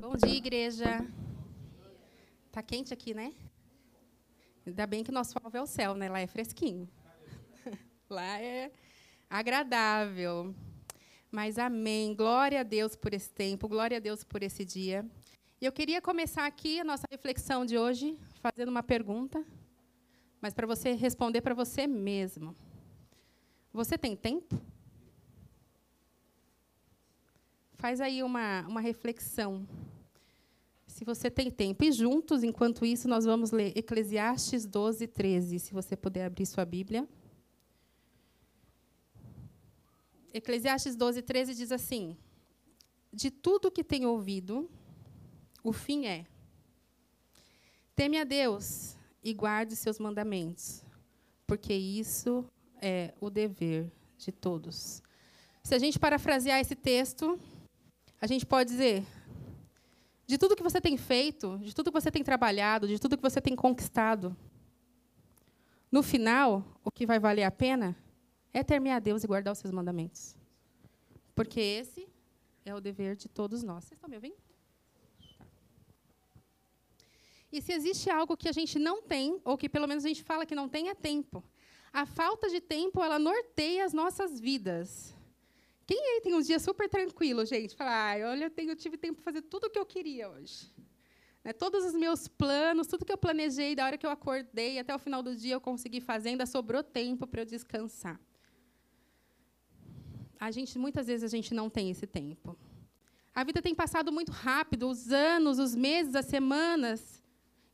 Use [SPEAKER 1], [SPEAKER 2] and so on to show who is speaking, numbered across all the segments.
[SPEAKER 1] Bom dia, igreja. Tá quente aqui, né? Ainda bem que nosso alvo é o céu, né? Lá é fresquinho. Lá é agradável. Mas amém. Glória a Deus por esse tempo, glória a Deus por esse dia. E eu queria começar aqui a nossa reflexão de hoje fazendo uma pergunta, mas para você responder para você mesmo. Você tem tempo? Faz aí uma, uma reflexão. Se você tem tempo. E juntos, enquanto isso, nós vamos ler Eclesiastes 12, 13. Se você puder abrir sua Bíblia. Eclesiastes 12, 13 diz assim: De tudo que tenho ouvido, o fim é. Teme a Deus e guarde seus mandamentos, porque isso é o dever de todos. Se a gente parafrasear esse texto, a gente pode dizer: de tudo que você tem feito, de tudo que você tem trabalhado, de tudo que você tem conquistado, no final, o que vai valer a pena é temer a Deus e guardar os seus mandamentos. Porque esse é o dever de todos nós. Vocês estão me ouvindo? Tá. E se existe algo que a gente não tem, ou que pelo menos a gente fala que não tem, é tempo. A falta de tempo, ela norteia as nossas vidas. Quem aí tem um dia super tranquilo, gente? Fala, ah, olha, eu, tenho, eu tive tempo para fazer tudo o que eu queria hoje. Né, todos os meus planos, tudo que eu planejei, da hora que eu acordei até o final do dia eu consegui fazer, ainda sobrou tempo para eu descansar. A gente muitas vezes a gente não tem esse tempo. A vida tem passado muito rápido, os anos, os meses, as semanas,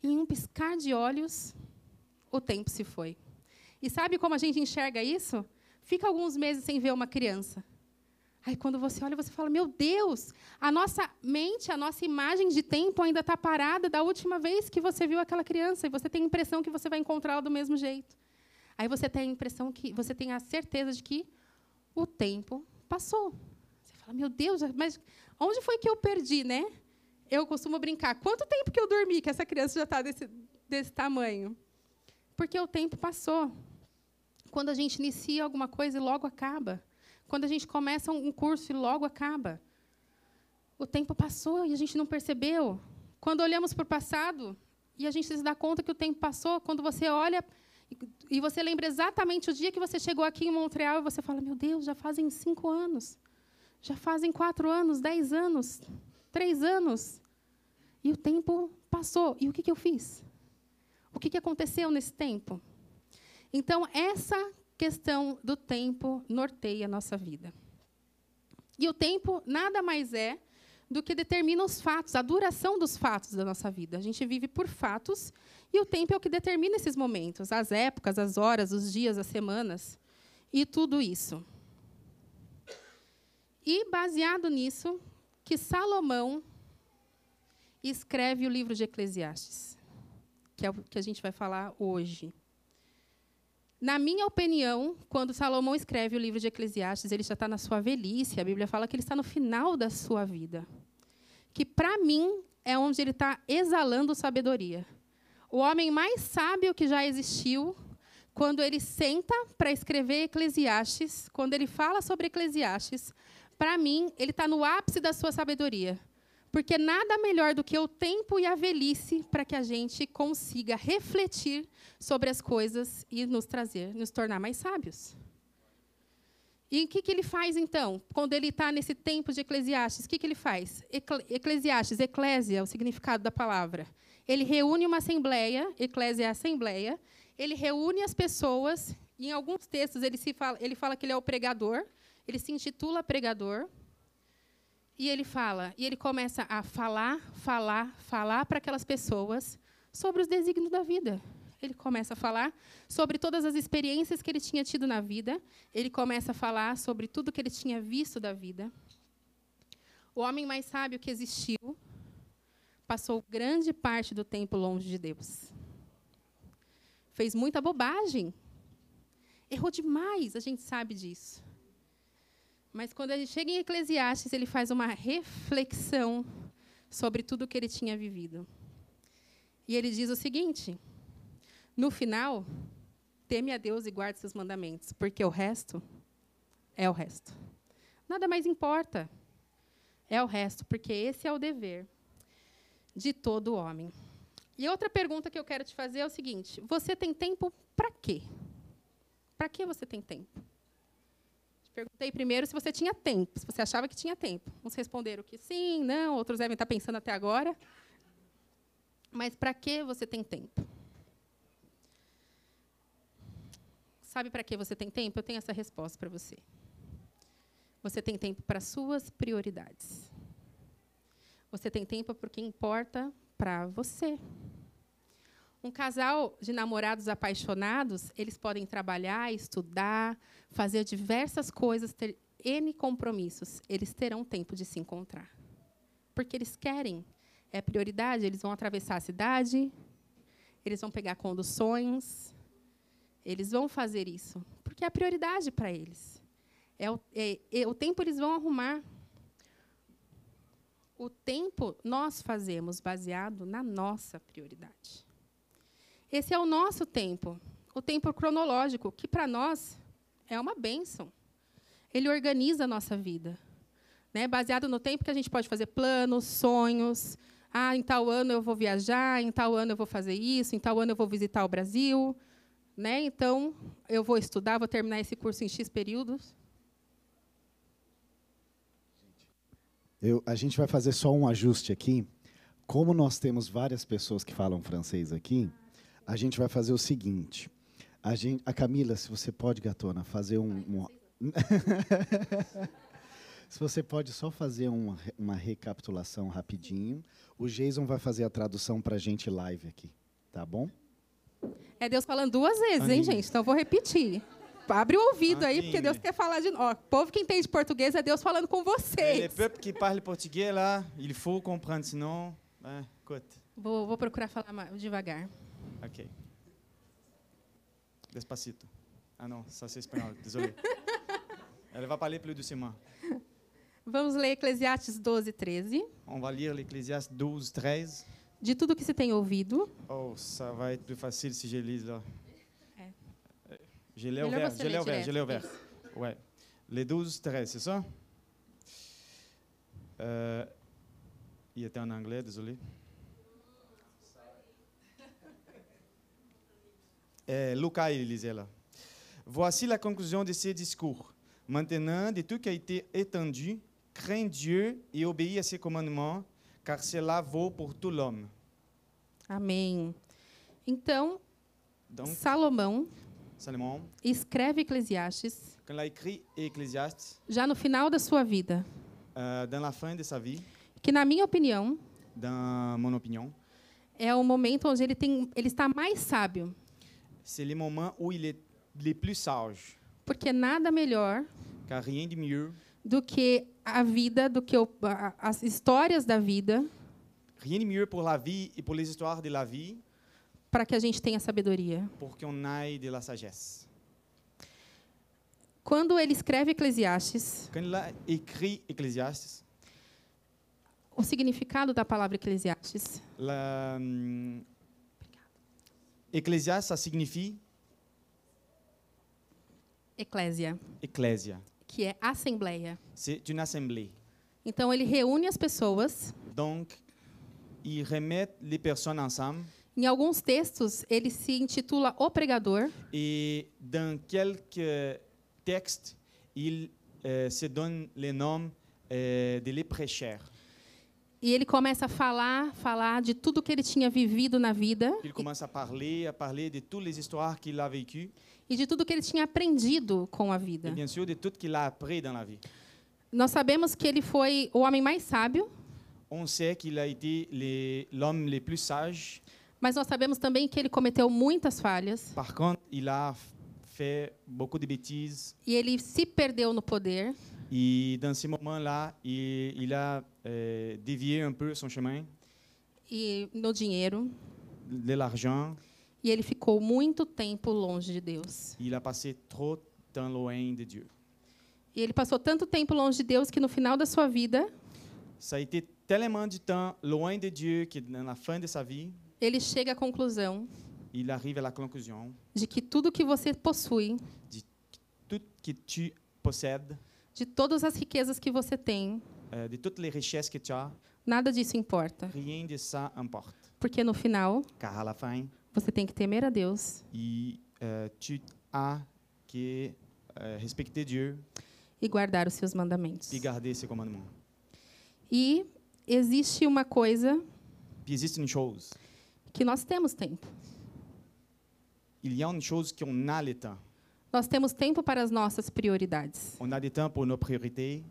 [SPEAKER 1] em um piscar de olhos, o tempo se foi. E sabe como a gente enxerga isso? Fica alguns meses sem ver uma criança. Aí quando você olha, você fala: Meu Deus, a nossa mente, a nossa imagem de tempo ainda está parada da última vez que você viu aquela criança e você tem a impressão que você vai encontrá-la do mesmo jeito. Aí você tem a impressão que você tem a certeza de que o tempo passou. Você fala: Meu Deus, mas onde foi que eu perdi, né? Eu costumo brincar: Quanto tempo que eu dormi que essa criança já está desse, desse tamanho? Porque o tempo passou. Quando a gente inicia alguma coisa e logo acaba. Quando a gente começa um curso e logo acaba. O tempo passou e a gente não percebeu. Quando olhamos para o passado e a gente se dá conta que o tempo passou, quando você olha e você lembra exatamente o dia que você chegou aqui em Montreal e você fala: Meu Deus, já fazem cinco anos, já fazem quatro anos, dez anos, três anos. E o tempo passou. E o que, que eu fiz? O que, que aconteceu nesse tempo? Então, essa questão do tempo norteia a nossa vida. E o tempo nada mais é do que determina os fatos, a duração dos fatos da nossa vida. A gente vive por fatos e o tempo é o que determina esses momentos, as épocas, as horas, os dias, as semanas e tudo isso. E baseado nisso que Salomão escreve o livro de Eclesiastes, que é o que a gente vai falar hoje. Na minha opinião, quando Salomão escreve o livro de Eclesiastes, ele já está na sua velhice. A Bíblia fala que ele está no final da sua vida. Que, para mim, é onde ele está exalando sabedoria. O homem mais sábio que já existiu, quando ele senta para escrever Eclesiastes, quando ele fala sobre Eclesiastes, para mim, ele está no ápice da sua sabedoria. Porque nada melhor do que o tempo e a velhice para que a gente consiga refletir sobre as coisas e nos trazer, nos tornar mais sábios. E o que, que ele faz então, quando ele está nesse tempo de Eclesiastes? O que, que ele faz? Eclesiastes, eclésia, é o significado da palavra. Ele reúne uma assembleia, eclésia é assembleia, ele reúne as pessoas, em alguns textos ele, se fala, ele fala que ele é o pregador, ele se intitula pregador, e ele fala, e ele começa a falar, falar, falar para aquelas pessoas sobre os desígnios da vida. Ele começa a falar sobre todas as experiências que ele tinha tido na vida, ele começa a falar sobre tudo que ele tinha visto da vida. O homem mais sábio que existiu passou grande parte do tempo longe de Deus. Fez muita bobagem. Errou demais, a gente sabe disso. Mas quando ele chega em Eclesiastes, ele faz uma reflexão sobre tudo o que ele tinha vivido. E ele diz o seguinte: no final, teme a Deus e guarde seus mandamentos, porque o resto é o resto. Nada mais importa. É o resto, porque esse é o dever. de todo homem. E outra pergunta que eu quero te fazer é o seguinte: você tem tempo para quê? Para que você tem tempo? Te perguntei primeiro se você tinha tempo, se você achava que tinha tempo. Uns responderam que sim, não, outros devem estar pensando até agora. Mas para que você tem tempo? Sabe para que você tem tempo? Eu tenho essa resposta para você. Você tem tempo para suas prioridades. Você tem tempo porque importa para você. Um casal de namorados apaixonados, eles podem trabalhar, estudar, fazer diversas coisas, ter N compromissos. Eles terão tempo de se encontrar. Porque eles querem, é prioridade, eles vão atravessar a cidade, eles vão pegar conduções, eles vão fazer isso, porque é a prioridade para eles. É o, é, é o tempo eles vão arrumar, o tempo nós fazemos baseado na nossa prioridade. Esse é o nosso tempo, o tempo cronológico, que para nós é uma bênção. Ele organiza a nossa vida. Né? Baseado no tempo que a gente pode fazer planos, sonhos. Ah, em tal ano eu vou viajar, em tal ano eu vou fazer isso, em tal ano eu vou visitar o Brasil. Né? Então, eu vou estudar, vou terminar esse curso em X períodos.
[SPEAKER 2] Eu, a gente vai fazer só um ajuste aqui. Como nós temos várias pessoas que falam francês aqui, a gente vai fazer o seguinte. A, gente, a Camila, se você pode, gatona, fazer um. um... se você pode só fazer uma, uma recapitulação rapidinho. O Jason vai fazer a tradução para a gente live aqui, tá bom?
[SPEAKER 1] É Deus falando duas vezes, hein,
[SPEAKER 2] Aí.
[SPEAKER 1] gente? Então eu vou repetir. Abre o ouvido aí, porque
[SPEAKER 3] Amém.
[SPEAKER 1] Deus quer falar de nós. Povo que entende português é Deus falando com
[SPEAKER 3] Et les
[SPEAKER 1] vocês.
[SPEAKER 3] peuples qui parlent portugais, là, il faut comprendre, sinon... Ben, écoute,
[SPEAKER 1] Vou, vou procurar falar ma- devagar.
[SPEAKER 3] OK. Despacito. Ah non, ça c'est espagnol, désolé. Elle va parler plus doucement.
[SPEAKER 1] Vamos ler Eclesiastes 12, 13.
[SPEAKER 3] On va lire l'Ecclésiaste 12, 13.
[SPEAKER 1] De tudo que se tem ouvido,
[SPEAKER 3] Oh, ça va être plus facile si je lis là.
[SPEAKER 1] Ouais.
[SPEAKER 3] Euh, Je l'ai
[SPEAKER 1] Melhor
[SPEAKER 3] ouvert,
[SPEAKER 1] você
[SPEAKER 3] je l'ai
[SPEAKER 1] ler
[SPEAKER 3] ouvert, je
[SPEAKER 1] direto.
[SPEAKER 3] l'ai ouvert. Ouais. Les 12, 13, c'est ça? Euh, il était en anglais, désolé. Eh, Lucas, il lisait là. Voici la conclusion de ces discours. Maintenant, de tout qui a été étendu, crains Dieu et obéis à ses commandements, car cela vaut pour tout l'homme.
[SPEAKER 1] Amém. Então,
[SPEAKER 3] Donc,
[SPEAKER 1] Salomão
[SPEAKER 3] Salomon,
[SPEAKER 1] escreve Eclesiastes
[SPEAKER 3] quand il a écrit Ecclésiaste,
[SPEAKER 1] já no final da sua vida,
[SPEAKER 3] euh, dans la fin de sa vie,
[SPEAKER 1] que, na minha opinião,
[SPEAKER 3] dans mon opinion,
[SPEAKER 1] é o momento onde ele, tem, ele está mais sábio,
[SPEAKER 3] c'est le moment où il est le plus sage,
[SPEAKER 1] porque nada melhor
[SPEAKER 3] car rien de mieux,
[SPEAKER 1] do que a vida, do que o, a- as histórias da vida,
[SPEAKER 3] rien de mieux pour la vie et pour les histoires de la vie,
[SPEAKER 1] para que a gente tenha sabedoria.
[SPEAKER 3] pour qu'on aille de la sagesse.
[SPEAKER 1] Quando ele escreve Eclesiastes,
[SPEAKER 3] Quand il a écrit Ecclésiaste,
[SPEAKER 1] o significado da palavra Eclesiastes
[SPEAKER 3] la hum, Ecclésiaste, ça signifie
[SPEAKER 1] Eclésia,
[SPEAKER 3] ecclésia.
[SPEAKER 1] que é assembleia.
[SPEAKER 3] C'est une assemblée.
[SPEAKER 1] Então ele reúne as pessoas.
[SPEAKER 3] Donc, ils remettent les personnes ensemble.
[SPEAKER 1] Em alguns textos ele se intitula o pregador
[SPEAKER 3] Et dans quelques textes, il euh, se donne les noms euh, de les prêcheurs.
[SPEAKER 1] e ele começa a falar, falar de tudo que ele tinha vivido na vida
[SPEAKER 3] Il commence à parler, à parler de toutes les histoires qu'il a vécues
[SPEAKER 1] e de tudo que ele tinha aprendido com a
[SPEAKER 3] et
[SPEAKER 1] vida.
[SPEAKER 3] bien sûr de tout ce qu'il a appris dans la vie.
[SPEAKER 1] Nós sabemos que ele foi o homem mais sábio,
[SPEAKER 3] On sait qu'il a été les- l'homme le plus sage.
[SPEAKER 1] mas nós sabemos também que ele cometeu muitas falhas
[SPEAKER 3] Par contre, il a f- fait beaucoup de bêtises.
[SPEAKER 1] e ele se perdeu no poder.
[SPEAKER 3] Et dans ces moments-là, il, il a euh, dévié un peu son chemin
[SPEAKER 1] e no dinheiro
[SPEAKER 3] de l'argent.
[SPEAKER 1] e ele ficou muito tempo longe de Deus.
[SPEAKER 3] Il a passé trop de temps loin de Dieu.
[SPEAKER 1] E ele passou tanto tempo longe de Deus que no final da sua vida
[SPEAKER 3] Ça a été tellement du temps loin de Dieu que dans la fin de sa vie,
[SPEAKER 1] ele chega à conclusão
[SPEAKER 3] il arrive à la conclusion
[SPEAKER 1] de que tudo que você possui,
[SPEAKER 3] tout ce que tu possèdes,
[SPEAKER 1] de todas as riquezas que você tem,
[SPEAKER 3] euh, de toutes les richesses que tu as,
[SPEAKER 1] Nada disso importa,
[SPEAKER 3] Rien de ça importe.
[SPEAKER 1] porque no final
[SPEAKER 3] Car à la fin,
[SPEAKER 1] você tem que temer a Deus
[SPEAKER 3] il, euh, tu as que euh, respecter Dieu
[SPEAKER 1] e guardar os seus mandamentos.
[SPEAKER 3] et garder ses commandements.
[SPEAKER 1] E existe uma coisa
[SPEAKER 3] Puis il existe une chose.
[SPEAKER 1] que nós temos tempo.
[SPEAKER 3] Il y a une chose qu'on a le temps.
[SPEAKER 1] Nós temos tempo para as nossas prioridades.
[SPEAKER 3] On a du temps pour nos priorités.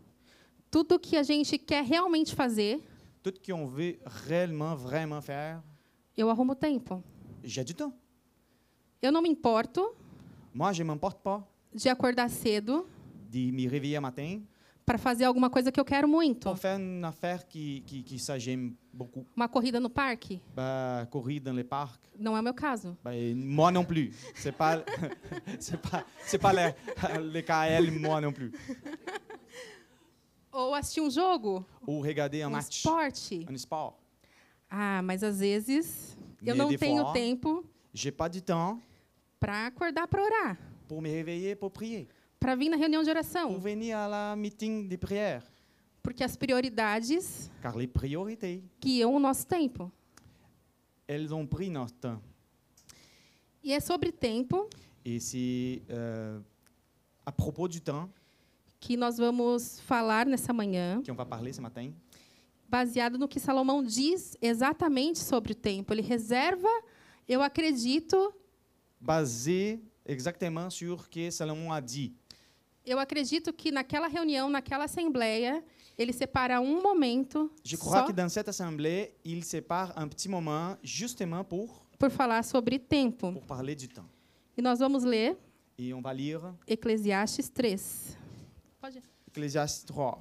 [SPEAKER 1] Tudo que a gente quer realmente fazer,
[SPEAKER 3] Tout ce qu'on veut réellement, vraiment faire,
[SPEAKER 1] eu arrumo tempo.
[SPEAKER 3] j'ai du temps.
[SPEAKER 1] Eu não me importo
[SPEAKER 3] Moi, je ne m'importe pas
[SPEAKER 1] de acordar cedo
[SPEAKER 3] de me réveiller un matin
[SPEAKER 1] para fazer alguma coisa que eu quero muito.
[SPEAKER 3] pour faire une affaire qui, qui, qui ça, j'aime beaucoup.
[SPEAKER 1] Uma corrida no parque?
[SPEAKER 3] Bah, courir dans les parcs,
[SPEAKER 1] Não é o meu caso.
[SPEAKER 3] Ben, moi non plus. C'est pas, c'est pas, c'est pas le, le cas à elle, moi non plus.
[SPEAKER 1] Ou assistir um jogo?
[SPEAKER 3] Ou regarder un
[SPEAKER 1] um
[SPEAKER 3] match,
[SPEAKER 1] esporte?
[SPEAKER 3] un sport.
[SPEAKER 1] Ah, mas às vezes eu
[SPEAKER 3] Mais
[SPEAKER 1] não
[SPEAKER 3] des
[SPEAKER 1] tenho
[SPEAKER 3] fois,
[SPEAKER 1] tempo
[SPEAKER 3] J'ai pas du temps
[SPEAKER 1] para acordar para orar,
[SPEAKER 3] pour me réveiller pour prier,
[SPEAKER 1] para vir na reunião de
[SPEAKER 3] pour
[SPEAKER 1] oração,
[SPEAKER 3] venir à la meeting de prière,
[SPEAKER 1] porque as prioridades
[SPEAKER 3] car les priorités,
[SPEAKER 1] guiam o nosso tempo.
[SPEAKER 3] elles ont pris notre temps.
[SPEAKER 1] E é sobre tempo
[SPEAKER 3] Et c'est euh, à propos du temps
[SPEAKER 1] que nós vamos falar nessa manhã,
[SPEAKER 3] qu'on va parler ce matin.
[SPEAKER 1] baseado no que Salomão diz exatamente sobre o tempo. Ele reserva, eu acredito,
[SPEAKER 3] basé exactement sur ce que Salomon a dit.
[SPEAKER 1] eu acredito que naquela reunião, naquela assembleia, ele separa um momento
[SPEAKER 3] Je crois
[SPEAKER 1] só
[SPEAKER 3] que dans cette assemblée, il sépare un petit moment justement pour,
[SPEAKER 1] por falar sobre tempo.
[SPEAKER 3] pour parler du temps.
[SPEAKER 1] E nós vamos ler
[SPEAKER 3] Et on va lire
[SPEAKER 1] Eclesiastes 3. Pode,
[SPEAKER 3] Ecclésiaste 3.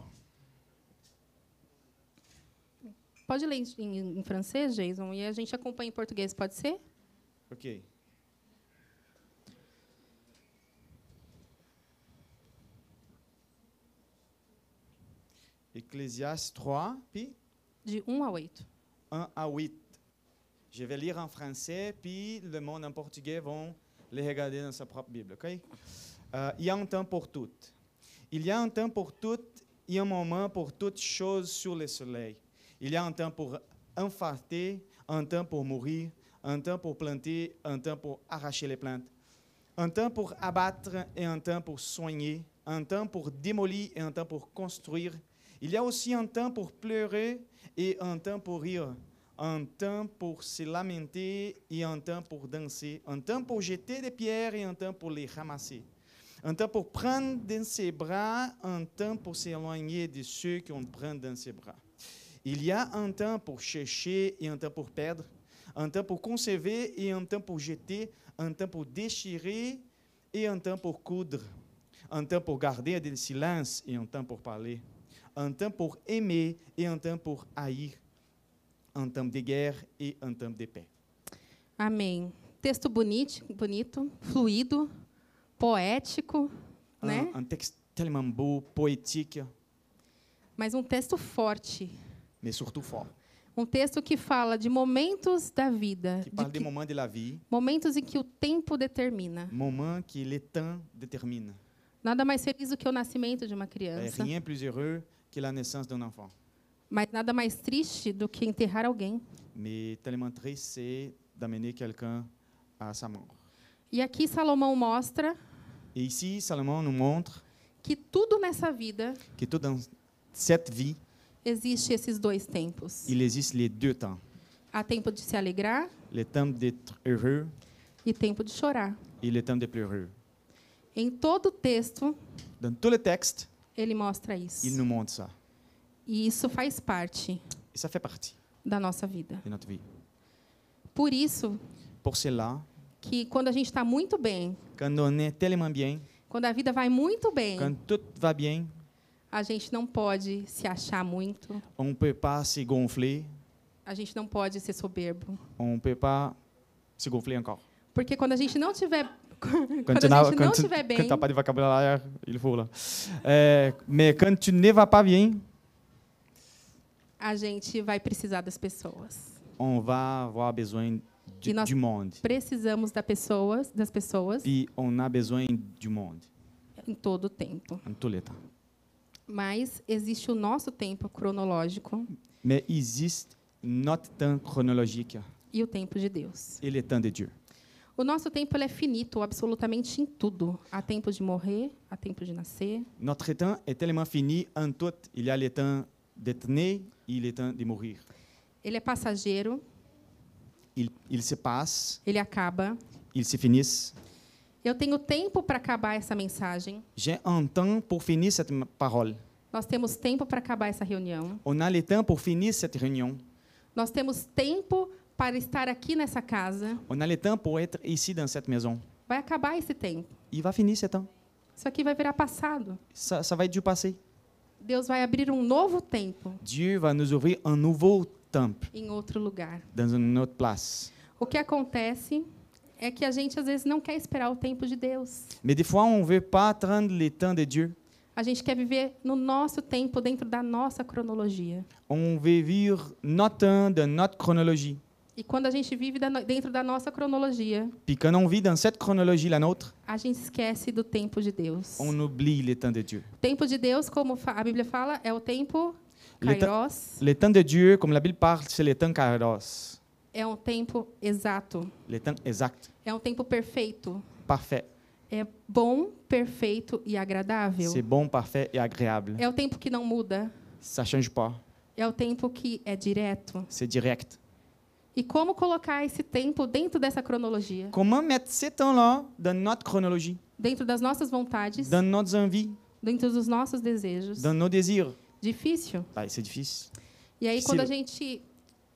[SPEAKER 1] pode ler em, em francês, Jason, e a gente acompanha em português, pode ser?
[SPEAKER 3] OK. Ecclésiaste 3, puis
[SPEAKER 1] De 1 a 8.
[SPEAKER 3] 1 à 8. Je vais lire en français, puis le monde en portugais vão les regarder dans sa propre Bible, OK? Euh, il y a un temps pour tout. Il y a un temps pour tout et un moment pour toutes choses sur le soleil. Il y a un temps pour infarter, un temps pour mourir, un temps pour planter, un temps pour arracher les plantes, un temps pour abattre et un temps pour soigner, un temps pour démolir et un temps pour construire. Il y a aussi un temps pour pleurer et un temps pour rire, un temps pour se lamenter et un temps pour danser, un temps pour jeter des pierres et un temps pour les ramasser, un temps pour prendre dans ses bras, un temps pour s'éloigner de ceux qu'on prend dans ses bras. Il y a un temps pour chercher et un temps pour perdre, un temps pour conserver et un temps pour jeter, un temps pour déchirer et un temps pour coudre, un temps pour garder le silence et un temps pour parler un temps pour aimer et un temps pour haïr, un temps de guerre et un temps de paix.
[SPEAKER 1] Amém. Texto bonito, bonito, fluido, poético, né?
[SPEAKER 3] Un, un texte tellement beau, poétique,
[SPEAKER 1] Mas um texto forte.
[SPEAKER 3] mais surtout fort,
[SPEAKER 1] Um texto que fala de momentos da vida,
[SPEAKER 3] qui
[SPEAKER 1] de
[SPEAKER 3] parle
[SPEAKER 1] que-
[SPEAKER 3] des moments de la vie,
[SPEAKER 1] momentos em que o tempo determina.
[SPEAKER 3] moments que le temps détermine.
[SPEAKER 1] Nada mais feliz do que o nascimento de uma
[SPEAKER 3] Et
[SPEAKER 1] criança,
[SPEAKER 3] rien de plus heureux que la naissance d'un enfant.
[SPEAKER 1] mas nada mais triste do que enterrar alguém.
[SPEAKER 3] Mais tellement triste, c'est d'amener quelqu'un à sa mort.
[SPEAKER 1] E aqui Salomão mostra
[SPEAKER 3] Et ici, Salomon nous montre
[SPEAKER 1] que tudo nessa vida
[SPEAKER 3] que tout dans cette vie,
[SPEAKER 1] existe esses dois tempos.
[SPEAKER 3] il existe les deux temps.
[SPEAKER 1] Há tempo de se alegrar
[SPEAKER 3] Le temps d'être heureux
[SPEAKER 1] e tempo de chorar.
[SPEAKER 3] et le temps de pleurer.
[SPEAKER 1] Em todo o texto,
[SPEAKER 3] Dans tout le texte,
[SPEAKER 1] ele mostra isso.
[SPEAKER 3] il nous montre ça.
[SPEAKER 1] E isso faz parte
[SPEAKER 3] Et ça fait partie
[SPEAKER 1] da nossa vida.
[SPEAKER 3] de notre vie.
[SPEAKER 1] Por isso
[SPEAKER 3] Pour cela,
[SPEAKER 1] que quando a gente está muito bem,
[SPEAKER 3] quand on est tellement bien,
[SPEAKER 1] quando a vida vai muito bem,
[SPEAKER 3] quand tout va bien,
[SPEAKER 1] a gente não pode se achar muito,
[SPEAKER 3] on ne peut pas se gonfler,
[SPEAKER 1] a gente não pode ser soberbo.
[SPEAKER 3] on ne peut pas se gonfler encore.
[SPEAKER 1] Porque quando a gente não tiver
[SPEAKER 3] Quand
[SPEAKER 1] quando
[SPEAKER 3] tu n'as
[SPEAKER 1] a gente não
[SPEAKER 3] quand tu-
[SPEAKER 1] tiver
[SPEAKER 3] quand
[SPEAKER 1] bem,
[SPEAKER 3] t'as pas de vocabulaire, il faut là. Euh, mais quand tu ne vas pas bien,
[SPEAKER 1] a gente vai precisar das pessoas.
[SPEAKER 3] on va avoir besoin du,
[SPEAKER 1] Et notre-
[SPEAKER 3] du monde.
[SPEAKER 1] Precisamos da pessoas, das pessoas
[SPEAKER 3] Puis on a besoin du monde
[SPEAKER 1] em todo o tempo.
[SPEAKER 3] en tous les temps.
[SPEAKER 1] Mas existe o nosso tempo cronológico
[SPEAKER 3] mais existe notre temps chronologique
[SPEAKER 1] e o tempo de Deus.
[SPEAKER 3] et le temps de Dieu.
[SPEAKER 1] O nosso tempo ele é finito absolutamente em tudo. Há tempo de morrer, há tempo de nascer,
[SPEAKER 3] Notre temps est tellement fini en tout. Il y a le temps d'être né, il est temps de mourir.
[SPEAKER 1] ele é passageiro,
[SPEAKER 3] Il, il se passe,
[SPEAKER 1] ele acaba.
[SPEAKER 3] il se finisse.
[SPEAKER 1] Eu tenho tempo para acabar essa mensagem.
[SPEAKER 3] J'ai un temps pour finir cette m- parole.
[SPEAKER 1] Nós temos tempo para acabar essa reunião.
[SPEAKER 3] On a le temps pour finir cette réunion.
[SPEAKER 1] Nós temos tempo para estar aqui nessa casa.
[SPEAKER 3] On a le temps pour être ici dans cette maison.
[SPEAKER 1] Vai acabar esse tempo.
[SPEAKER 3] Il va finir ce temps.
[SPEAKER 1] Isso aqui vai virar passado.
[SPEAKER 3] Ça, ça va être du passé.
[SPEAKER 1] Deus vai abrir um novo tempo
[SPEAKER 3] Dieu va nous ouvrir un nouveau temple
[SPEAKER 1] em outro lugar.
[SPEAKER 3] dans une autre place.
[SPEAKER 1] O que acontece é que a gente às vezes não quer esperar o tempo de Deus.
[SPEAKER 3] Mais des fois, on ne veut pas attendre le temps de Dieu.
[SPEAKER 1] A gente quer viver no nosso tempo, dentro da nossa cronologia.
[SPEAKER 3] On veut vivre notre temps dans notre chronologie.
[SPEAKER 1] E quando a gente vive da no- dentro da nossa cronologia,
[SPEAKER 3] Puis quand on vit dans cette chronologie, la nôtre,
[SPEAKER 1] a gente esquece do tempo de Deus.
[SPEAKER 3] on oublie le temps de Dieu.
[SPEAKER 1] O tempo de Deus, como fa- a Bíblia fala, é o tempo
[SPEAKER 3] Ele tá-
[SPEAKER 1] kairos,
[SPEAKER 3] Le temps de Dieu, comme la Bible parle, c'est le temps kairos,
[SPEAKER 1] é um tempo exato,
[SPEAKER 3] le temps exact,
[SPEAKER 1] é um tempo perfeito,
[SPEAKER 3] parfait.
[SPEAKER 1] é bom, perfeito e agradável.
[SPEAKER 3] C'est bon, parfait et agréable.
[SPEAKER 1] É o tempo que não muda,
[SPEAKER 3] Ça change pas,
[SPEAKER 1] é o tempo que é direto.
[SPEAKER 3] c'est direct.
[SPEAKER 1] E como colocar esse tempo dentro dessa cronologia,
[SPEAKER 3] Comment mettre ce temps-là dans notre chronologie,
[SPEAKER 1] dentro das nossas vontades,
[SPEAKER 3] dans nos envies,
[SPEAKER 1] dentro dos nossos desejos?
[SPEAKER 3] dans nos désirs
[SPEAKER 1] Difícil.
[SPEAKER 3] Ben, C'est difficile.
[SPEAKER 1] E aí,
[SPEAKER 3] Difícil.
[SPEAKER 1] quando a gente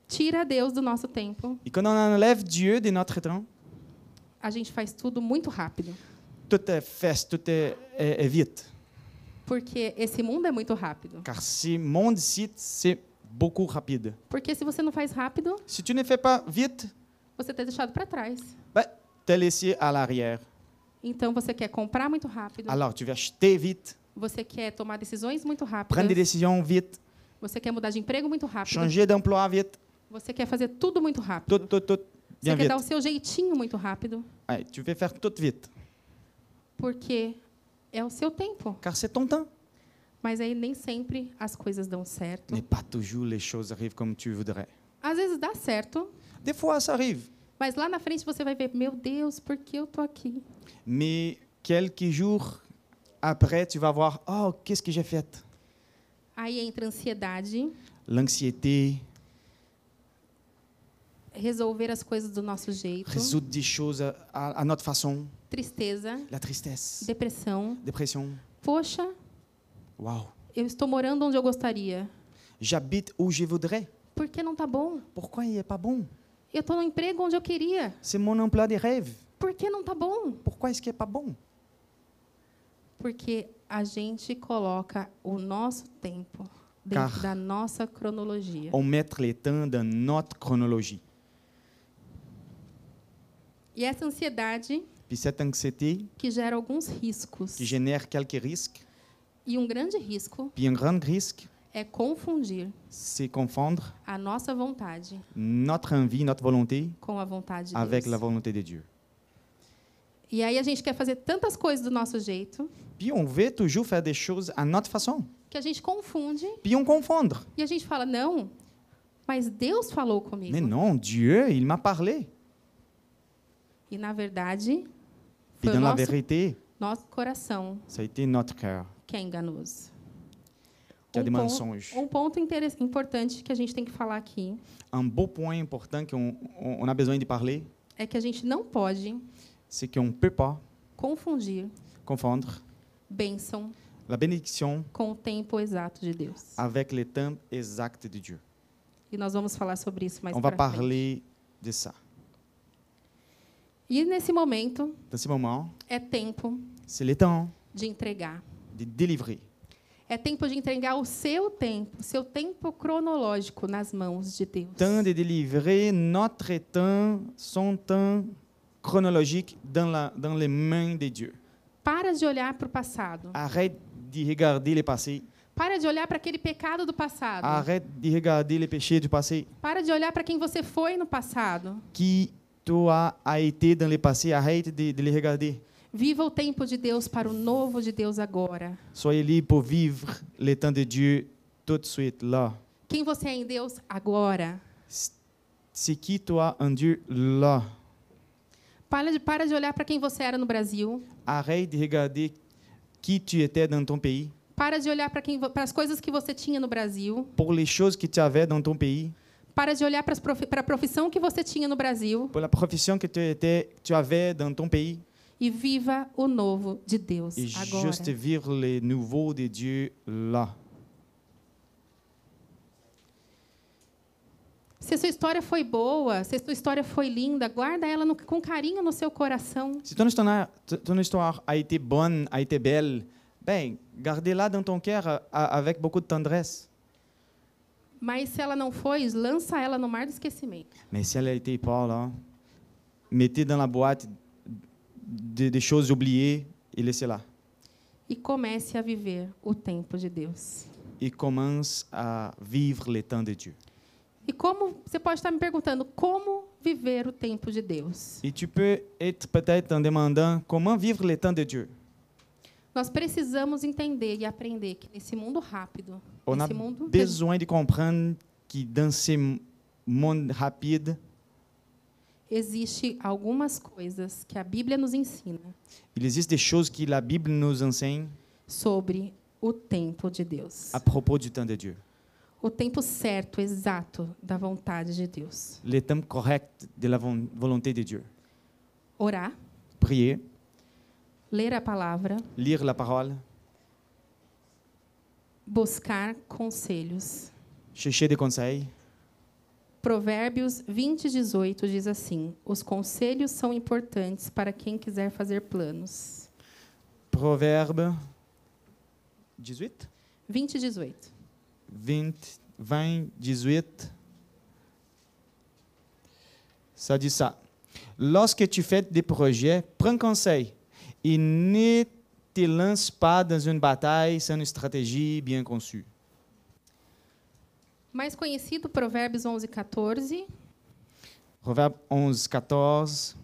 [SPEAKER 1] tira Deus do nosso tempo,
[SPEAKER 3] Et quand on enlève Dieu de notre temps,
[SPEAKER 1] a gente faz tudo muito rápido.
[SPEAKER 3] tout est fait, tout est, est- est vite.
[SPEAKER 1] Porque esse mundo é muito rápido.
[SPEAKER 3] Car ce monde ici, c'est beaucoup rapide.
[SPEAKER 1] Porque se você não faz rápido,
[SPEAKER 3] Si tu ne fais pas vite,
[SPEAKER 1] você está deixado para trás.
[SPEAKER 3] ben, t'es laissé à l'arrière.
[SPEAKER 1] Então, você quer comprar muito rápido,
[SPEAKER 3] Alors, tu vas acheter vite,
[SPEAKER 1] você quer tomar decisões muito
[SPEAKER 3] prendre des
[SPEAKER 1] rápido,
[SPEAKER 3] décisions vite,
[SPEAKER 1] você quer mudar de emprego muito rápido,
[SPEAKER 3] changer d'emploi vite,
[SPEAKER 1] você quer fazer tudo muito
[SPEAKER 3] tout,
[SPEAKER 1] rápido,
[SPEAKER 3] tout, tout,
[SPEAKER 1] você
[SPEAKER 3] bien
[SPEAKER 1] quer
[SPEAKER 3] vite.
[SPEAKER 1] dar o seu jeitinho muito rápido,
[SPEAKER 3] Ouais, tu veux faire tout vite,
[SPEAKER 1] porque é o seu tempo.
[SPEAKER 3] car c'est ton temps.
[SPEAKER 1] Mas aí nem sempre as coisas dão certo.
[SPEAKER 3] Mais pas toujours les choses arrivent comme tu voudrais.
[SPEAKER 1] Às vezes dá certo,
[SPEAKER 3] Des fois, ça arrive,
[SPEAKER 1] mas lá na frente você vai ver, meu Deus, por que eu tô aqui?
[SPEAKER 3] mais quelques jours après, tu vas voir, oh, qu'est-ce que j'ai fait
[SPEAKER 1] Aí entra ansiedade,
[SPEAKER 3] L'anxiété,
[SPEAKER 1] resolver as coisas do nosso jeito,
[SPEAKER 3] résoudre des choses à, à notre façon,
[SPEAKER 1] tristeza,
[SPEAKER 3] la tristesse,
[SPEAKER 1] depressão.
[SPEAKER 3] dépression.
[SPEAKER 1] Poxa,
[SPEAKER 3] Waouh,
[SPEAKER 1] eu estou morando onde eu gostaria.
[SPEAKER 3] j'habite où je voudrais.
[SPEAKER 1] Por que não tá bom?
[SPEAKER 3] Pourquoi il n'est pas bon
[SPEAKER 1] Eu estou no emprego onde eu queria.
[SPEAKER 3] C'est mon emploi des rêves.
[SPEAKER 1] Por que não tá bom?
[SPEAKER 3] Pourquoi est-ce qu'il n'est pas bon
[SPEAKER 1] Porque a gente coloca o nosso tempo dentro
[SPEAKER 3] Car-
[SPEAKER 1] da nossa cronologia.
[SPEAKER 3] On met les temps dans notre chronologie.
[SPEAKER 1] E essa ansiedade
[SPEAKER 3] Puis cette anxiété
[SPEAKER 1] que gera alguns riscos.
[SPEAKER 3] qui génère quelques risques,
[SPEAKER 1] E um grande risco
[SPEAKER 3] puis un grand risque,
[SPEAKER 1] é confundir
[SPEAKER 3] c'est confondre
[SPEAKER 1] a nossa vontade
[SPEAKER 3] notre envie, notre volonté
[SPEAKER 1] com a vontade de
[SPEAKER 3] avec la
[SPEAKER 1] Deus.
[SPEAKER 3] volonté de Dieu.
[SPEAKER 1] E aí a gente quer fazer tantas coisas do nosso jeito
[SPEAKER 3] Puis on veut toujours faire des choses à notre façon.
[SPEAKER 1] que a gente confunde
[SPEAKER 3] Puis on confondre.
[SPEAKER 1] e a gente fala, não, mas Deus falou comigo.
[SPEAKER 3] Mais non, Dieu, il m'a parlé.
[SPEAKER 1] E na verdade,
[SPEAKER 3] Puis
[SPEAKER 1] foi
[SPEAKER 3] dans
[SPEAKER 1] o
[SPEAKER 3] la
[SPEAKER 1] nosso,
[SPEAKER 3] vérité,
[SPEAKER 1] nosso coração
[SPEAKER 3] ça a été notre cœur
[SPEAKER 1] que é enganoso.
[SPEAKER 3] qui a des
[SPEAKER 1] pon-
[SPEAKER 3] mensonges.
[SPEAKER 1] um ponto interes- importante que a gente tem que falar aqui
[SPEAKER 3] Un beau point important qu'on on- on a besoin de parler,
[SPEAKER 1] é que a gente não pode
[SPEAKER 3] c'est qu'on ne peut pas
[SPEAKER 1] confundir
[SPEAKER 3] confondre
[SPEAKER 1] bênção
[SPEAKER 3] la bénédiction
[SPEAKER 1] com o tempo exato de Deus.
[SPEAKER 3] avec les temps exacts de Dieu.
[SPEAKER 1] E nós vamos falar sobre isso mais
[SPEAKER 3] on va
[SPEAKER 1] pra frente.
[SPEAKER 3] parler de ça.
[SPEAKER 1] E nesse momento
[SPEAKER 3] Dans ce moment,
[SPEAKER 1] é tempo
[SPEAKER 3] c'est le temps
[SPEAKER 1] de entregar.
[SPEAKER 3] de délivrer.
[SPEAKER 1] É tempo de entregar o seu tempo, o seu tempo cronológico nas mãos de Deus.
[SPEAKER 3] Temps de délivrer notre temps, son temps chronologique dans, la, dans les mains de Dieu.
[SPEAKER 1] Para de olhar para o passado.
[SPEAKER 3] Arrête de regarder le passé.
[SPEAKER 1] Para de olhar para aquele pecado do passado.
[SPEAKER 3] Arrête de regarder les péchés du passé.
[SPEAKER 1] Para de olhar para quem você foi no passado.
[SPEAKER 3] Qui toi a été dans le passé, arrête de, de les regarder.
[SPEAKER 1] Viva o tempo de Deus para o novo de Deus agora.
[SPEAKER 3] Soyez libre pour vivre le temps de Dieu tout de suite, là.
[SPEAKER 1] Quem você é em Deus agora.
[SPEAKER 3] Ce qui toi en Dieu là.
[SPEAKER 1] Para de, para de olhar para quem você era no Brasil.
[SPEAKER 3] Arrête de regarder qui tu étais dans ton pays,
[SPEAKER 1] Para de olhar para quem vo- para as coisas que você tinha no Brasil.
[SPEAKER 3] pour les choses que tu avais dans ton pays,
[SPEAKER 1] Para de olhar para as profi- para a profissão que você tinha no Brasil.
[SPEAKER 3] pour la profession que tu, étais, tu avais dans ton pays,
[SPEAKER 1] E viva o novo de Deus
[SPEAKER 3] et
[SPEAKER 1] agora.
[SPEAKER 3] juste vivre les nouveaux de Dieu là.
[SPEAKER 1] Se a sua história foi boa, se a sua história foi linda, guarda ela no- com carinho no seu coração.
[SPEAKER 3] Si ton histoire, ton histoire a été bonne, a été belle, ben, gardez-la dans ton cœur euh, a- a- avec beaucoup de tendresse.
[SPEAKER 1] Mas se ela não foi, lança ela no mar do esquecimento.
[SPEAKER 3] Mais si elle a été pas là, mettez dans la boîte des, des choses oubliées et laissez-la.
[SPEAKER 1] E comece a viver o tempo de Deus.
[SPEAKER 3] Et commence à vivre les temps de Dieu.
[SPEAKER 1] E como você pode estar me perguntando como viver o tempo de Deus?
[SPEAKER 3] Et tu peux être peut-être en demandant comment vivre les temps de Dieu.
[SPEAKER 1] Nós precisamos entender e aprender que nesse mundo rápido,
[SPEAKER 3] On a
[SPEAKER 1] nesse mundo
[SPEAKER 3] besoin de comprendre que dans ce m- monde rapide,
[SPEAKER 1] existe algumas coisas que a Bíblia nos ensina
[SPEAKER 3] il existe des choses que la Bible nous enseigne
[SPEAKER 1] sobre o tempo de Deus.
[SPEAKER 3] à propos du temps de Dieu.
[SPEAKER 1] O tempo certo, exato da vontade de Deus.
[SPEAKER 3] Les temps corrects de la von- volonté de Dieu.
[SPEAKER 1] Orar,
[SPEAKER 3] Prier,
[SPEAKER 1] ler a palavra,
[SPEAKER 3] lire la parole,
[SPEAKER 1] buscar conselhos.
[SPEAKER 3] chercher des conseils.
[SPEAKER 1] Provérbios 20, 18 diz assim: Os conselhos são importantes para quem quiser fazer planos.
[SPEAKER 3] Proverbe 18,
[SPEAKER 1] 20, 18.
[SPEAKER 3] 20, 20, 18. Ça dit ça. Lorsque tu fais des projets, prends conseil et ne te lance pas dans une bataille sans une stratégie bien conçue.
[SPEAKER 1] Mais conhecido, Provérbios 11, 14.
[SPEAKER 3] Proverbe 11, 14.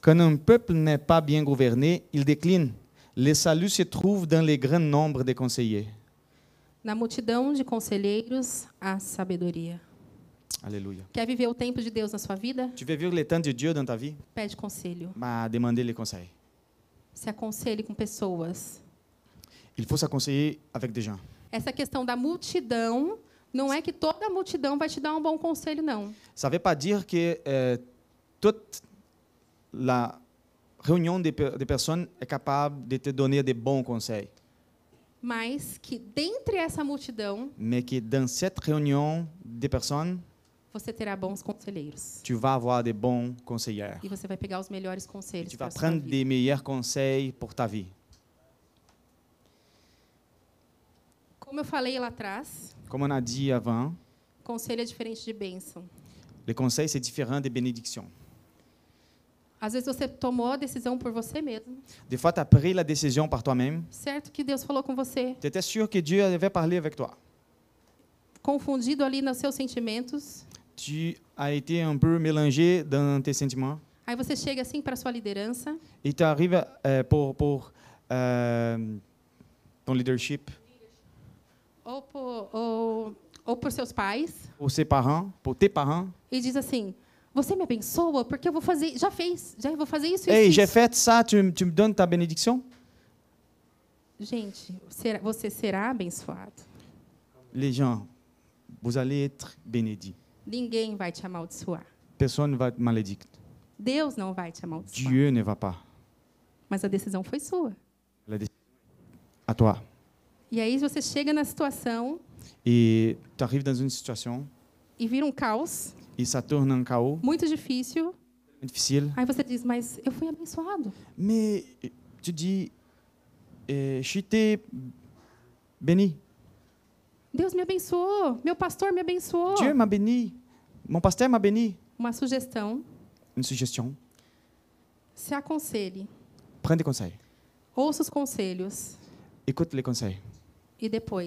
[SPEAKER 3] Quand un peuple n'est pas bien gouverné, il décline. Le salut se trouve dans les grands nombres de conseillers.
[SPEAKER 1] Na multidão de conselheiros, há sabedoria.
[SPEAKER 3] Alléluia.
[SPEAKER 1] Quer viver o tempo de Deus na sua vida?
[SPEAKER 3] Tu veux vivre le temps de Dieu dans ta vie?
[SPEAKER 1] Pede conselho.
[SPEAKER 3] Bah, demandez les conseils.
[SPEAKER 1] Se aconselhe com pessoas.
[SPEAKER 3] Il faut s'aconseiller avec des gens.
[SPEAKER 1] Essa questão da multidão, não é que toda a multidão vai te dar um bom conselho, não.
[SPEAKER 3] Ça ne veut pas dire que euh, toute la réunion des, pe- des personnes est capable de te donner des bons conseils,
[SPEAKER 1] Mas que dentre essa multidão,
[SPEAKER 3] mais que dans cette réunion des personnes,
[SPEAKER 1] você terá bons conselheiros.
[SPEAKER 3] tu vas avoir des bons conseillers.
[SPEAKER 1] E você vai pegar os melhores
[SPEAKER 3] Et
[SPEAKER 1] conselhos
[SPEAKER 3] tu
[SPEAKER 1] para
[SPEAKER 3] vas
[SPEAKER 1] sua
[SPEAKER 3] prendre
[SPEAKER 1] vida.
[SPEAKER 3] des meilleurs conseils pour ta vie.
[SPEAKER 1] Como eu falei lá atrás,
[SPEAKER 3] Comme on a dit avant,
[SPEAKER 1] conselho é diferente de bênção.
[SPEAKER 3] les conseils, c'est différent des bénédictions.
[SPEAKER 1] Às vezes você tomou a decisão por você mesmo.
[SPEAKER 3] Des fois, tu as pris la décision par toi-même.
[SPEAKER 1] Certo que Deus falou com você,
[SPEAKER 3] Tu étais sûr que Dieu avait parlé avec toi.
[SPEAKER 1] confundido ali nos seus sentimentos.
[SPEAKER 3] Tu as été un peu mélangé dans tes sentiments.
[SPEAKER 1] Aí você chega assim para sua liderança,
[SPEAKER 3] Et tu arrives euh, pour, pour euh, ton leadership,
[SPEAKER 1] ou por, ou, ou por seus pais,
[SPEAKER 3] pour ses parents, pour tes parents.
[SPEAKER 1] e diz assim: Você me abençoa porque eu vou fazer. Já fez, já vou fazer isso.
[SPEAKER 3] Hey,
[SPEAKER 1] isso,
[SPEAKER 3] j'ai
[SPEAKER 1] isso.
[SPEAKER 3] fait ça, tu, m- tu me donnes ta bénédiction?
[SPEAKER 1] Gente, será- você será abençoado.
[SPEAKER 3] Les gens, vous allez être bénédits.
[SPEAKER 1] Ninguém vai te amaldiçoar.
[SPEAKER 3] Personne ne va être malédique.
[SPEAKER 1] Deus não vai te amaldiçoar.
[SPEAKER 3] Dieu ne va pas.
[SPEAKER 1] Mas a decisão foi sua.
[SPEAKER 3] La décision est à toi.
[SPEAKER 1] E aí você chega na situação
[SPEAKER 3] Et tu arrives dans une situation
[SPEAKER 1] e vira um caos
[SPEAKER 3] et ça tourne en chaos,
[SPEAKER 1] muito difícil.
[SPEAKER 3] difficile.
[SPEAKER 1] Aí você diz: Mas eu fui abençoado.
[SPEAKER 3] Mais euh, tu dis, euh, je t'ai béni.
[SPEAKER 1] Deus me abençoou. Meu pastor me abençoou.
[SPEAKER 3] Dieu m'a béni. Mon pasteur m'a béni.
[SPEAKER 1] Uma sugestão:
[SPEAKER 3] Une suggestion.
[SPEAKER 1] se aconselhe,
[SPEAKER 3] Prends des conseils.
[SPEAKER 1] ouça os conselhos
[SPEAKER 3] Écoute les conseils.
[SPEAKER 1] e depois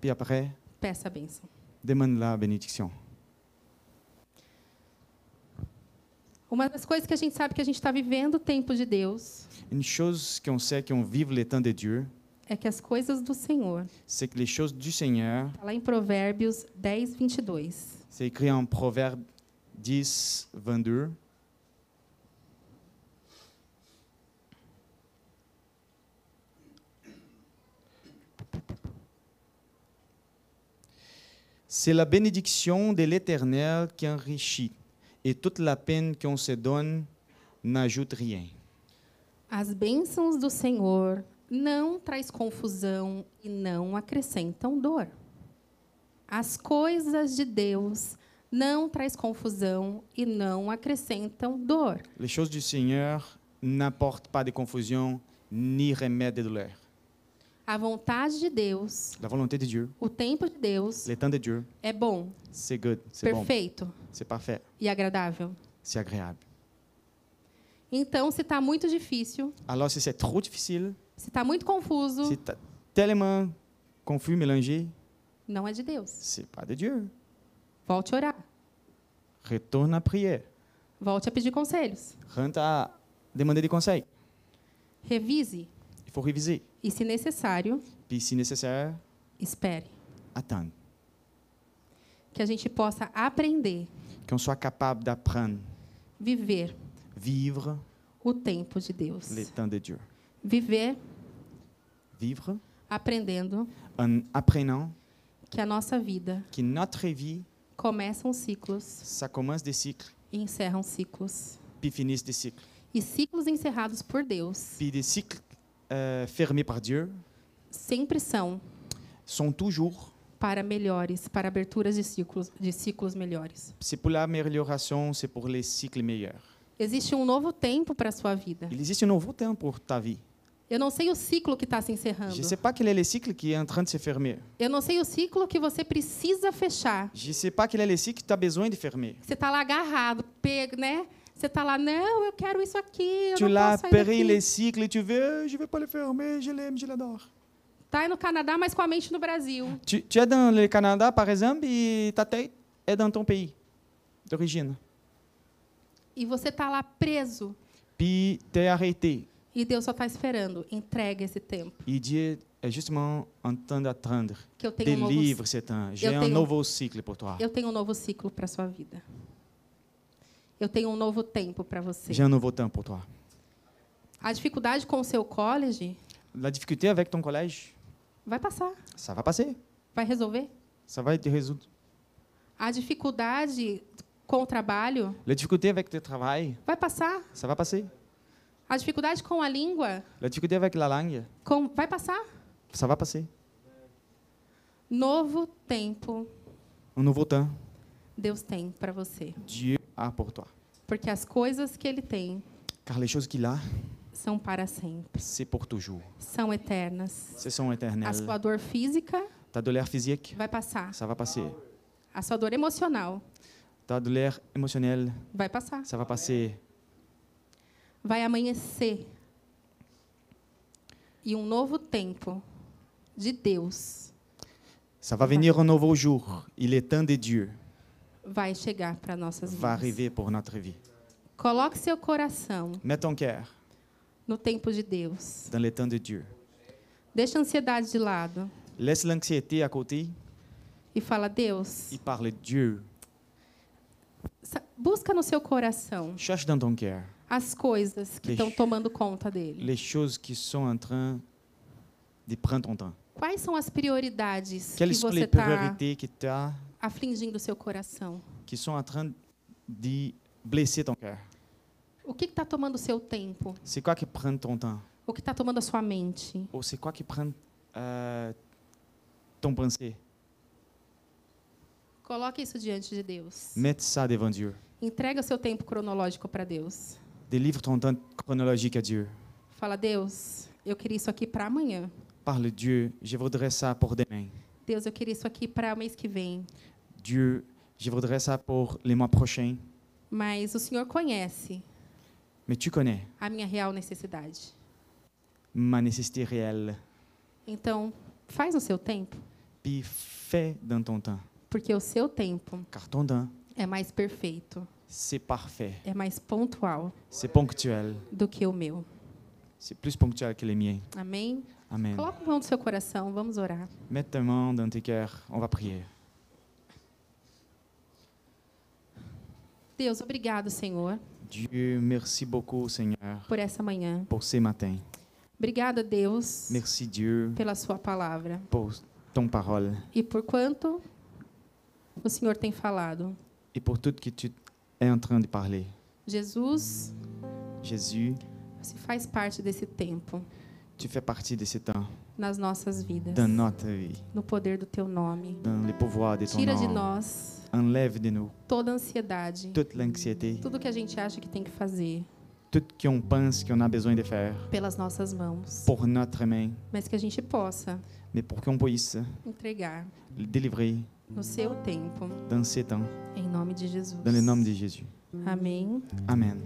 [SPEAKER 3] Puis après,
[SPEAKER 1] peça a bênção.
[SPEAKER 3] demande la bénédiction.
[SPEAKER 1] O Uma das coisas que a gente sabe que a gente está vivendo o tempo de Deus
[SPEAKER 3] Une chose qu'on sait qu'on vive les temps de Dieu,
[SPEAKER 1] é que as coisas do Senhor,
[SPEAKER 3] c'est que les choses du Seigneur,
[SPEAKER 1] está lá em Provérbios 10, 22.
[SPEAKER 3] c'est écrit en Proverbe 10, 22. C'est la bénédiction de l'Éternel qui enrichit, et toute la peine qu'on se donne n'ajoute rien.
[SPEAKER 1] As bênçãos do Senhor não traz confusão e não acrescentam dor. As coisas de Deus não traz confusão e não acrescentam dor.
[SPEAKER 3] Les choses du Seigneur n'apportent pas de confusion ni remède de douleur.
[SPEAKER 1] A vontade de Deus,
[SPEAKER 3] La volonté de Dieu,
[SPEAKER 1] o tempo de Deus
[SPEAKER 3] les temps de Dieu,
[SPEAKER 1] é bom,
[SPEAKER 3] c'est good, c'est bon,
[SPEAKER 1] perfeito
[SPEAKER 3] c'est parfait,
[SPEAKER 1] e agradável.
[SPEAKER 3] c'est agréable.
[SPEAKER 1] Então, se está muito difícil,
[SPEAKER 3] Alors si c'est trop difficile,
[SPEAKER 1] se está muito confuso,
[SPEAKER 3] si t'as tellement confus, mélangé,
[SPEAKER 1] não é de Deus.
[SPEAKER 3] c'est pas de Dieu.
[SPEAKER 1] Volte a orar,
[SPEAKER 3] Retourne à prière,
[SPEAKER 1] volte a pedir conselhos,
[SPEAKER 3] rentre à demander des conseils.
[SPEAKER 1] revise
[SPEAKER 3] Il faut réviser.
[SPEAKER 1] e, se necessário,
[SPEAKER 3] Puis si nécessaire,
[SPEAKER 1] espere.
[SPEAKER 3] attendre.
[SPEAKER 1] que a gente possa aprender,
[SPEAKER 3] Qu'on soit capable d'apprendre,
[SPEAKER 1] viver
[SPEAKER 3] vivre
[SPEAKER 1] o tempo de Deus.
[SPEAKER 3] les temps de Dieu.
[SPEAKER 1] Viver
[SPEAKER 3] Vivre
[SPEAKER 1] aprendendo
[SPEAKER 3] en apprenant
[SPEAKER 1] que a nossa vida
[SPEAKER 3] que notre vie,
[SPEAKER 1] começam ciclos,
[SPEAKER 3] ça commence des cycles,
[SPEAKER 1] e encerram ciclos.
[SPEAKER 3] puis finissent des cycles.
[SPEAKER 1] E ciclos encerrados por Deus
[SPEAKER 3] Puis des cycles euh, fermés par Dieu
[SPEAKER 1] sempre são
[SPEAKER 3] sont toujours,
[SPEAKER 1] para melhores, para aberturas de ciclos, de ciclos melhores.
[SPEAKER 3] c'est pour l'amélioration, c'est pour les cycles meilleurs.
[SPEAKER 1] Existe um novo tempo para a sua vida.
[SPEAKER 3] Il existe un nouveau temps pour ta vie.
[SPEAKER 1] Eu não sei o ciclo que está se
[SPEAKER 3] Je ne
[SPEAKER 1] encerrando.
[SPEAKER 3] sais pas quel est le cycle qui est en train de se fermer.
[SPEAKER 1] Eu não sei o ciclo que você precisa fechar.
[SPEAKER 3] Je ne sais pas quel est le cycle que tu as besoin de fermer.
[SPEAKER 1] Você está lá agarrado, pego, né? Você está lá, não, eu quero isso aqui, eu
[SPEAKER 3] tu
[SPEAKER 1] não
[SPEAKER 3] l'as
[SPEAKER 1] posso sair
[SPEAKER 3] péri
[SPEAKER 1] daqui.
[SPEAKER 3] les cycles et tu veux, je ne vais pas le fermer, je l'aime, je l'adore.
[SPEAKER 1] Tá no Canadá, mas com a mente no Brasil.
[SPEAKER 3] Tu, tu es dans le Canada, par exemple, et ta tête est dans ton pays d'origine.
[SPEAKER 1] E você tá lá preso.
[SPEAKER 3] Puis tu es arrêté.
[SPEAKER 1] E Deus só tá esperando. Entrega esse tempo.
[SPEAKER 3] Et Dieu est justement en train d'attendre.
[SPEAKER 1] Que eu tenho um novo,
[SPEAKER 3] Délivre ce temps. J'ai un
[SPEAKER 1] tenho-
[SPEAKER 3] nouveau cycle pour toi.
[SPEAKER 1] um eu tenho um novo ciclo para sua vida. Eu tenho um novo tempo para você.
[SPEAKER 3] J'ai un nouveau temps pour toi.
[SPEAKER 1] A dificuldade com o seu college
[SPEAKER 3] La difficulté avec ton collège,
[SPEAKER 1] vai passar,
[SPEAKER 3] ça va passer.
[SPEAKER 1] vai resolver.
[SPEAKER 3] Ça va être résolu.
[SPEAKER 1] A dificuldade com o trabalho
[SPEAKER 3] La difficulté avec ton travail,
[SPEAKER 1] vai passar.
[SPEAKER 3] ça va passer.
[SPEAKER 1] A dificuldade com a língua
[SPEAKER 3] La difficulté avec la langue,
[SPEAKER 1] com... vai passar.
[SPEAKER 3] ça va passer.
[SPEAKER 1] Novo tempo
[SPEAKER 3] Un nouveau temps,
[SPEAKER 1] Deus tem para você.
[SPEAKER 3] Dieu a pour toi.
[SPEAKER 1] Porque as coisas que Ele tem
[SPEAKER 3] Car les choses qu'il a,
[SPEAKER 1] são para sempre.
[SPEAKER 3] c'est pour toujours.
[SPEAKER 1] são eternas.
[SPEAKER 3] Ce sont
[SPEAKER 1] A
[SPEAKER 3] éternelles.
[SPEAKER 1] sua dor física
[SPEAKER 3] Ta douleur physique,
[SPEAKER 1] vai passar.
[SPEAKER 3] ça va passer.
[SPEAKER 1] A sua dor emocional
[SPEAKER 3] Ta douleur émotionnelle,
[SPEAKER 1] vai passar.
[SPEAKER 3] ça va passer.
[SPEAKER 1] Vai amanhecer. E um novo tempo de Deus
[SPEAKER 3] Ça va venir un nouveau jour. Il est temps de Dieu.
[SPEAKER 1] vai chegar para nossas
[SPEAKER 3] Va
[SPEAKER 1] vidas.
[SPEAKER 3] arriver pour notre vie.
[SPEAKER 1] Coloque seu coração
[SPEAKER 3] Mets ton cœur
[SPEAKER 1] no tempo de Deus.
[SPEAKER 3] dans les temps de Dieu.
[SPEAKER 1] Deixa a ansiedade de lado
[SPEAKER 3] Laisse l'anxiété à côté.
[SPEAKER 1] e fala: Deus,
[SPEAKER 3] Il parle Dieu.
[SPEAKER 1] sa- busca no seu coração
[SPEAKER 3] Cherche dans ton cœur
[SPEAKER 1] as coisas que
[SPEAKER 3] Deixa.
[SPEAKER 1] estão tomando conta dele.
[SPEAKER 3] les choses qui sont en train de prendre ton temps.
[SPEAKER 1] Quais são as prioridades que
[SPEAKER 3] Quelles sont
[SPEAKER 1] você
[SPEAKER 3] les
[SPEAKER 1] está
[SPEAKER 3] priorités que tu as
[SPEAKER 1] afligindo o seu coração?
[SPEAKER 3] qui sont en train de blesser ton cœur?
[SPEAKER 1] O que está tomando o seu tempo?
[SPEAKER 3] C'est quoi qui prend ton temps?
[SPEAKER 1] O que está tomando a sua mente?
[SPEAKER 3] Ou c'est quoi qui prend euh, ton pensée?
[SPEAKER 1] Coloque isso diante de Deus.
[SPEAKER 3] Mets ça devant Dieu.
[SPEAKER 1] Entrega o seu tempo cronológico para Deus.
[SPEAKER 3] Délivre ton temps chronologique à Dieu.
[SPEAKER 1] Fala, Deus, eu queria isso aqui para amanhã.
[SPEAKER 3] Parle Dieu, je voudrais ça pour demain.
[SPEAKER 1] Deus, eu queria isso aqui para mês que vem.
[SPEAKER 3] Dieu, je voudrais ça pour les mois prochains.
[SPEAKER 1] Mas o Senhor conhece
[SPEAKER 3] Mais tu connais
[SPEAKER 1] a minha real necessidade.
[SPEAKER 3] ma nécessité réelle.
[SPEAKER 1] Então, faz no seu tempo,
[SPEAKER 3] Puis fais dans ton temps.
[SPEAKER 1] porque o seu tempo
[SPEAKER 3] Car ton temps
[SPEAKER 1] é mais perfeito
[SPEAKER 3] c'est parfait,
[SPEAKER 1] é mais pontual
[SPEAKER 3] c'est ponctuel,
[SPEAKER 1] do que o meu.
[SPEAKER 3] c'est plus ponctuel que les miens.
[SPEAKER 1] Amém?
[SPEAKER 3] Amen.
[SPEAKER 1] Coloca a mão no seu coração, vamos orar.
[SPEAKER 3] Mets ta main dans tes cœurs, on va prier.
[SPEAKER 1] Deus, obrigado, Senhor,
[SPEAKER 3] Dieu, merci beaucoup, Seigneur,
[SPEAKER 1] por essa manhã.
[SPEAKER 3] pour ces matins.
[SPEAKER 1] Obrigada, Deus,
[SPEAKER 3] Merci, Dieu,
[SPEAKER 1] pela sua palavra
[SPEAKER 3] pour ton parole
[SPEAKER 1] e por quanto o Senhor tem falado.
[SPEAKER 3] et pour tout ce que tu es en train de parler.
[SPEAKER 1] Jesus,
[SPEAKER 3] Jésus,
[SPEAKER 1] você faz parte desse tempo
[SPEAKER 3] tu fais partie de ce temps,
[SPEAKER 1] nas nossas vidas,
[SPEAKER 3] dans notre vie,
[SPEAKER 1] no poder do teu nome.
[SPEAKER 3] dans le pouvoir de ton
[SPEAKER 1] Tira de
[SPEAKER 3] nom.
[SPEAKER 1] nós
[SPEAKER 3] Enlève de nous
[SPEAKER 1] toda a ansiedade,
[SPEAKER 3] toute l'anxiété,
[SPEAKER 1] tudo que a gente acha que tem que fazer
[SPEAKER 3] tout ce qu'on pense qu'on a besoin de faire
[SPEAKER 1] pelas nossas mãos,
[SPEAKER 3] pour notre main,
[SPEAKER 1] mas que a gente possa
[SPEAKER 3] mais pour qu'on puisse
[SPEAKER 1] entregar
[SPEAKER 3] le délivrer
[SPEAKER 1] no seu tempo,
[SPEAKER 3] dans ces temps,
[SPEAKER 1] em nome de Jesus.
[SPEAKER 3] dans le nom de Jésus.
[SPEAKER 1] Amém.
[SPEAKER 3] Amen.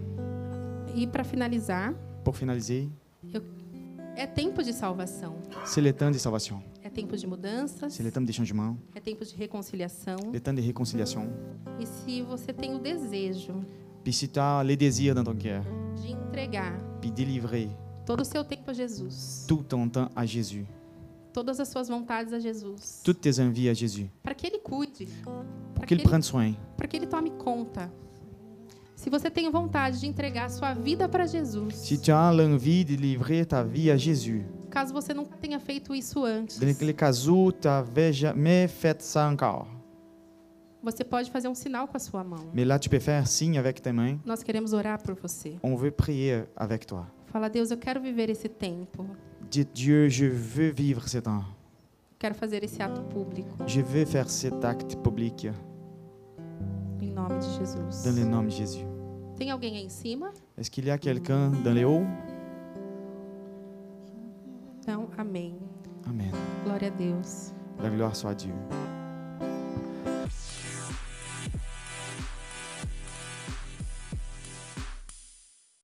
[SPEAKER 1] E para finalizar,
[SPEAKER 3] Pour finaliser,
[SPEAKER 1] é tempo de salvação,
[SPEAKER 3] c'est le temps de salvation,
[SPEAKER 1] é tempo de mudanças,
[SPEAKER 3] c'est le temps de changement,
[SPEAKER 1] é tempo de reconciliação.
[SPEAKER 3] le temps de réconciliation.
[SPEAKER 1] E se você tem o desejo
[SPEAKER 3] Puis si tu as les désirs dans ton cœur,
[SPEAKER 1] de entregar
[SPEAKER 3] puis délivrer
[SPEAKER 1] todo o seu tempo a Jesus,
[SPEAKER 3] tout ton temps à Jésus,
[SPEAKER 1] todas as suas vontades a Jesus,
[SPEAKER 3] toutes tes envies à Jésus,
[SPEAKER 1] para que Ele cuide,
[SPEAKER 3] pour
[SPEAKER 1] para
[SPEAKER 3] qu'il
[SPEAKER 1] que, ele-
[SPEAKER 3] prenne soin,
[SPEAKER 1] pra que Ele tome conta. Se você tem vontade de entregar a sua vida para Jesus,
[SPEAKER 3] si tu as l'envie de livrer ta vie à Jésus,
[SPEAKER 1] caso você nunca tenha feito isso antes,
[SPEAKER 3] dans le cas où tu n'avais jamais fait ça encore,
[SPEAKER 1] você pode fazer um sinal com a sua mão.
[SPEAKER 3] mais là tu peux faire signe avec tes mains,
[SPEAKER 1] Nós queremos orar por você.
[SPEAKER 3] on veut prier avec toi.
[SPEAKER 1] Fala, Deus, eu quero viver esse tempo.
[SPEAKER 3] Dis Dieu, je veux vivre cet temps,
[SPEAKER 1] Quero fazer esse ato público.
[SPEAKER 3] je veux faire cet acte public
[SPEAKER 1] Em nome de Jesus.
[SPEAKER 3] dans le nom de Jésus.
[SPEAKER 1] Tem alguém aí em cima?
[SPEAKER 3] Est-ce qu'il y a quelqu'un dans les hauts?
[SPEAKER 1] Não? Amém.
[SPEAKER 3] Amen.
[SPEAKER 1] Glória a Deus.
[SPEAKER 3] La gloire soit à Dieu.